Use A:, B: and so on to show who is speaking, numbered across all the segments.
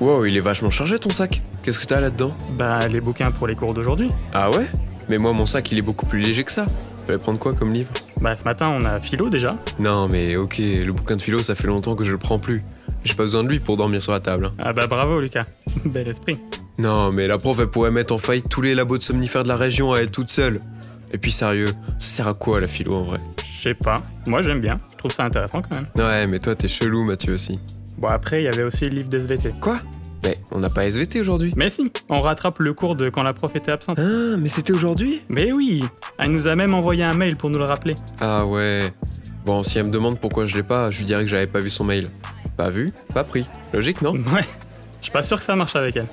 A: Wow, il est vachement chargé ton sac. Qu'est-ce que t'as là-dedans
B: Bah, les bouquins pour les cours d'aujourd'hui.
A: Ah ouais Mais moi, mon sac, il est beaucoup plus léger que ça. Je vais prendre quoi comme livre
B: Bah, ce matin, on a philo déjà.
A: Non, mais ok, le bouquin de philo, ça fait longtemps que je le prends plus. J'ai pas besoin de lui pour dormir sur la table. hein.
B: Ah bah, bravo, Lucas. Bel esprit.
A: Non, mais la prof, elle pourrait mettre en faillite tous les labos de somnifères de la région à elle toute seule. Et puis sérieux, ça sert à quoi la philo en vrai
B: Je sais pas. Moi, j'aime bien. Je trouve ça intéressant quand même.
A: Ouais, mais toi, t'es chelou, Mathieu aussi.
B: Bon, après, il y avait aussi le livre d'SVT.
A: Quoi Mais on n'a pas SVT aujourd'hui.
B: Mais si, on rattrape le cours de quand la prof était absente.
A: Ah, mais c'était aujourd'hui
B: Mais oui, elle nous a même envoyé un mail pour nous le rappeler.
A: Ah ouais. Bon, si elle me demande pourquoi je l'ai pas, je lui dirais que j'avais pas vu son mail. Pas vu, pas pris. Logique, non
B: Ouais, je suis pas sûr que ça marche avec elle.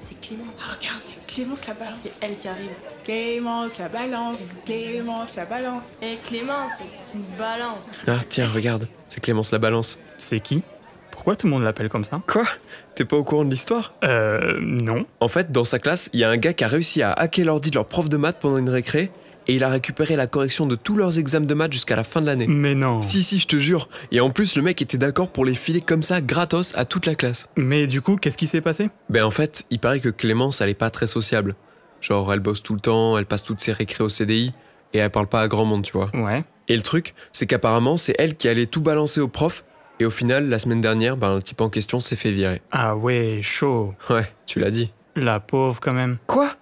C: C'est Clémence. Ah, regarde, il y a Clémence la balance. C'est elle qui arrive. Clémence la balance. Clémence la balance.
D: Et Clément, Eh, c'est une balance.
A: Ah, tiens, regarde, c'est Clémence la balance.
B: C'est qui Pourquoi tout le monde l'appelle comme ça
A: Quoi T'es pas au courant de l'histoire
B: Euh, non.
A: En fait, dans sa classe, il y a un gars qui a réussi à hacker l'ordi de leur prof de maths pendant une récré et il a récupéré la correction de tous leurs examens de maths jusqu'à la fin de l'année.
B: Mais non.
A: Si, si, je te jure. Et en plus, le mec était d'accord pour les filer comme ça, gratos, à toute la classe.
B: Mais du coup, qu'est-ce qui s'est passé
A: Ben en fait, il paraît que Clémence, elle est pas très sociable. Genre, elle bosse tout le temps, elle passe toutes ses récrés au CDI, et elle parle pas à grand monde, tu vois.
B: Ouais.
A: Et le truc, c'est qu'apparemment, c'est elle qui allait tout balancer au prof, et au final, la semaine dernière, ben le type en question s'est fait virer.
B: Ah ouais, chaud.
A: Ouais, tu l'as dit.
B: La pauvre quand même.
A: Quoi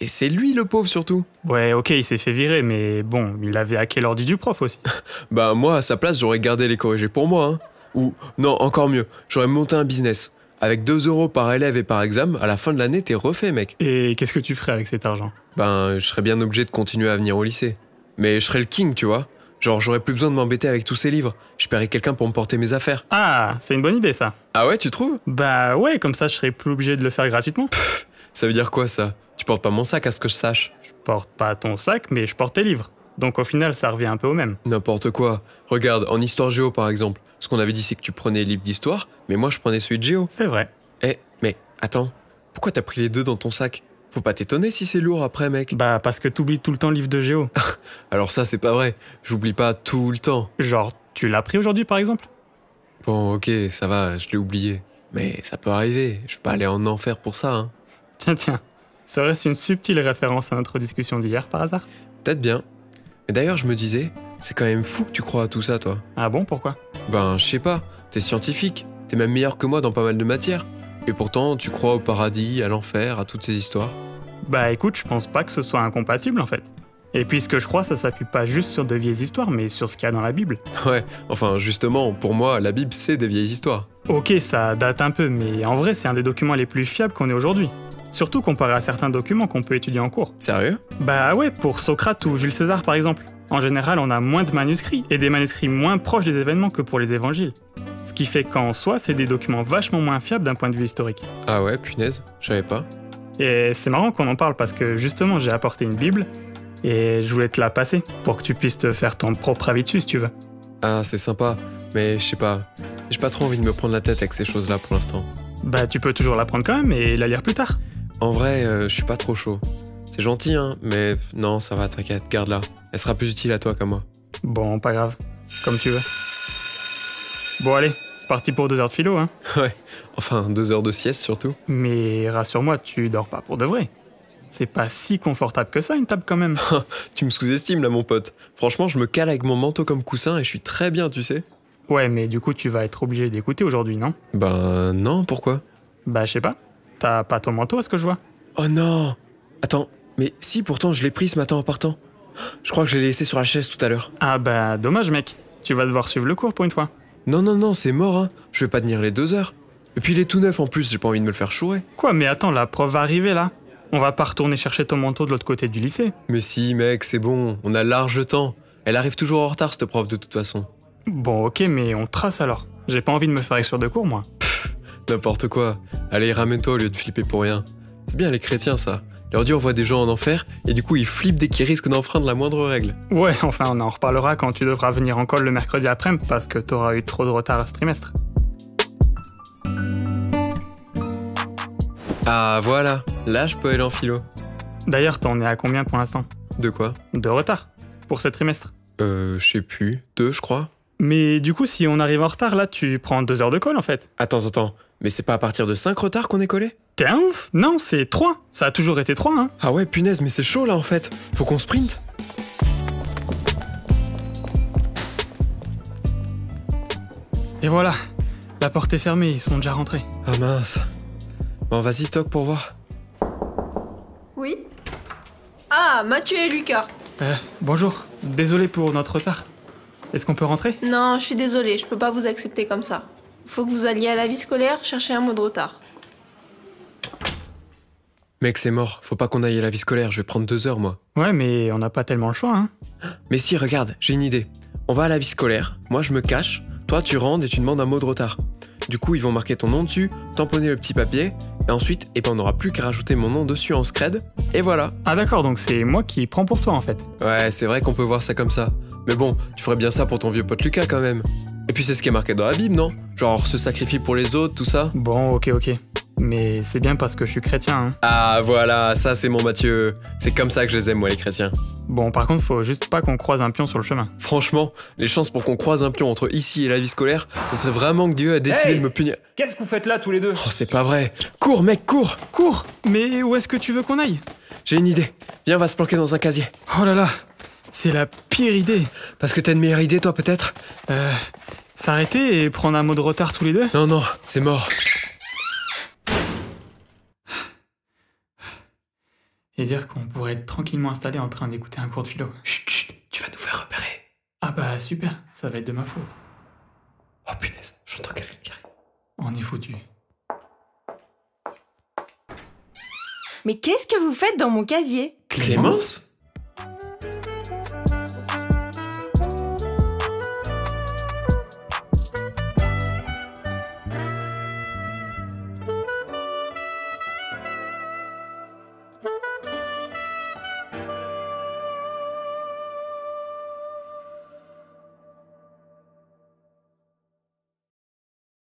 A: Et c'est lui le pauvre surtout
B: Ouais, ok, il s'est fait virer, mais bon, il avait hacké l'ordi du prof aussi.
A: Bah moi, à sa place, j'aurais gardé les corrigés pour moi. hein. Ou non, encore mieux, j'aurais monté un business. Avec 2 euros par élève et par examen, à la fin de l'année, t'es refait, mec.
B: Et qu'est-ce que tu ferais avec cet argent
A: Ben, je serais bien obligé de continuer à venir au lycée. Mais je serais le king, tu vois. Genre, j'aurais plus besoin de m'embêter avec tous ces livres. Je paierais quelqu'un pour me porter mes affaires.
B: Ah, c'est une bonne idée ça.
A: Ah ouais, tu trouves
B: Bah ouais, comme ça je serais plus obligé de le faire gratuitement.
A: Ça veut dire quoi, ça Tu portes pas mon sac, à ce que je sache.
B: Je porte pas ton sac, mais je porte tes livres. Donc au final, ça revient un peu au même.
A: N'importe quoi. Regarde, en histoire géo, par exemple. Ce qu'on avait dit, c'est que tu prenais le livre d'histoire, mais moi, je prenais celui de géo.
B: C'est vrai.
A: Eh, mais attends. Pourquoi t'as pris les deux dans ton sac Faut pas t'étonner si c'est lourd après, mec.
B: Bah parce que t'oublies tout le temps le livre de Géo.
A: Alors ça, c'est pas vrai. J'oublie pas tout le temps.
B: Genre, tu l'as pris aujourd'hui par exemple
A: Bon, ok, ça va, je l'ai oublié. Mais ça peut arriver. Je vais pas aller en enfer pour ça, hein.
B: Tiens, tiens. Serait-ce une subtile référence à notre discussion d'hier par hasard
A: Peut-être bien. Mais d'ailleurs, je me disais, c'est quand même fou que tu crois à tout ça, toi.
B: Ah bon, pourquoi
A: Ben, je sais pas, t'es scientifique, t'es même meilleur que moi dans pas mal de matières. Et pourtant, tu crois au paradis, à l'enfer, à toutes ces histoires.
B: Bah écoute, je pense pas que ce soit incompatible en fait. Et puis ce que je crois, ça s'appuie pas juste sur de vieilles histoires, mais sur ce qu'il y a dans la Bible.
A: Ouais, enfin, justement, pour moi, la Bible, c'est des vieilles histoires.
B: Ok, ça date un peu, mais en vrai, c'est un des documents les plus fiables qu'on ait aujourd'hui. Surtout comparé à certains documents qu'on peut étudier en cours.
A: Sérieux
B: Bah ouais, pour Socrate ou Jules César par exemple. En général, on a moins de manuscrits et des manuscrits moins proches des événements que pour les évangiles. Ce qui fait qu'en soi, c'est des documents vachement moins fiables d'un point de vue historique.
A: Ah ouais, punaise, je savais pas.
B: Et c'est marrant qu'on en parle parce que justement, j'ai apporté une Bible et je voulais te la passer pour que tu puisses te faire ton propre avis dessus si tu veux.
A: Ah, c'est sympa, mais je sais pas, j'ai pas trop envie de me prendre la tête avec ces choses-là pour l'instant.
B: Bah, tu peux toujours la prendre quand même et la lire plus tard.
A: En vrai, euh, je suis pas trop chaud. C'est gentil, hein, mais non, ça va, t'inquiète, garde-la. Elle sera plus utile à toi qu'à moi.
B: Bon, pas grave. Comme tu veux. Bon, allez, c'est parti pour deux heures de philo, hein.
A: Ouais, enfin, deux heures de sieste surtout.
B: Mais rassure-moi, tu dors pas pour de vrai. C'est pas si confortable que ça, une table quand même.
A: Tu me sous-estimes là, mon pote. Franchement, je me cale avec mon manteau comme coussin et je suis très bien, tu sais.
B: Ouais, mais du coup, tu vas être obligé d'écouter aujourd'hui, non
A: Ben non, pourquoi
B: Bah, je sais pas. T'as pas ton manteau à ce que je vois
A: Oh non Attends, mais si pourtant je l'ai pris ce matin en partant. Je crois que je l'ai laissé sur la chaise tout à l'heure.
B: Ah bah, dommage, mec. Tu vas devoir suivre le cours pour une fois.
A: Non, non, non, c'est mort, hein. Je vais pas tenir les deux heures. Et puis il est tout neuf en plus, j'ai pas envie de me le faire chourer.
B: Quoi, mais attends, la preuve va arriver là. On va pas retourner chercher ton manteau de l'autre côté du lycée.
A: Mais si, mec, c'est bon, on a large temps. Elle arrive toujours en retard, cette prof, de toute façon.
B: Bon, ok, mais on trace alors. J'ai pas envie de me faire exclure de cours, moi.
A: N'importe quoi. Allez, ramène-toi au lieu de flipper pour rien. C'est bien les chrétiens, ça. Leur Dieu envoie des gens en enfer, et du coup ils flippent dès qu'ils risquent d'enfreindre la moindre règle.
B: Ouais, enfin, on en reparlera quand tu devras venir en call le mercredi après-midi parce que t'auras eu trop de retard ce trimestre.
A: Ah voilà, là je peux aller en philo.
B: D'ailleurs, t'en es à combien pour l'instant
A: De quoi
B: De retard Pour ce trimestre
A: Euh, je sais plus. Deux, je crois.
B: Mais du coup, si on arrive en retard, là, tu prends deux heures de colle en fait.
A: Attends, attends, mais c'est pas à partir de 5 retards qu'on est collé
B: T'es un ouf Non, c'est trois. Ça a toujours été trois, hein.
A: Ah ouais, punaise, mais c'est chaud là en fait. Faut qu'on sprint.
B: Et voilà. La porte est fermée, ils sont déjà rentrés.
A: Ah mince. Bon, vas-y, toc pour voir.
E: Oui Ah, Mathieu et Lucas.
B: Euh, bonjour. Désolé pour notre retard. Est-ce qu'on peut rentrer
E: Non, je suis désolée, je peux pas vous accepter comme ça. Faut que vous alliez à la vie scolaire chercher un mot de retard.
A: Mec, c'est mort. Faut pas qu'on aille à la vie scolaire. Je vais prendre deux heures, moi.
B: Ouais, mais on n'a pas tellement le choix, hein.
A: Mais si, regarde, j'ai une idée. On va à la vie scolaire. Moi, je me cache. Toi, tu rentres et tu demandes un mot de retard. Du coup, ils vont marquer ton nom dessus, tamponner le petit papier, et ensuite, eh ben, on n'aura plus qu'à rajouter mon nom dessus en scred, et voilà.
B: Ah d'accord, donc c'est moi qui prends pour toi en fait.
A: Ouais, c'est vrai qu'on peut voir ça comme ça. Mais bon, tu ferais bien ça pour ton vieux pote Lucas quand même. Et puis, c'est ce qui est marqué dans la Bible, non Genre, se sacrifier pour les autres, tout ça.
B: Bon, ok, ok. Mais c'est bien parce que je suis chrétien, hein.
A: Ah, voilà, ça, c'est mon Mathieu. C'est comme ça que je les aime, moi, les chrétiens.
B: Bon, par contre, faut juste pas qu'on croise un pion sur le chemin.
A: Franchement, les chances pour qu'on croise un pion entre ici et la vie scolaire, ce serait vraiment que Dieu a décidé
F: Hey
A: de me punir.
F: Qu'est-ce que vous faites là tous les deux
A: Oh, c'est pas vrai. Cours, mec, cours
B: Cours Mais où est-ce que tu veux qu'on aille
A: J'ai une idée. Viens, on va se planquer dans un casier.
B: Oh là là C'est la pire idée
A: Parce que t'as une meilleure idée, toi, peut-être
B: Euh. S'arrêter et prendre un mot de retard tous les deux
A: Non, non, c'est mort.
B: Et dire qu'on pourrait être tranquillement installé en train d'écouter un cours de philo.
A: Chut, chut, tu vas nous faire repérer.
B: Ah bah super, ça va être de ma faute.
A: Oh punaise, j'entends quelqu'un qui arrive.
B: On est foutu.
G: Mais qu'est-ce que vous faites dans mon casier
A: Clémence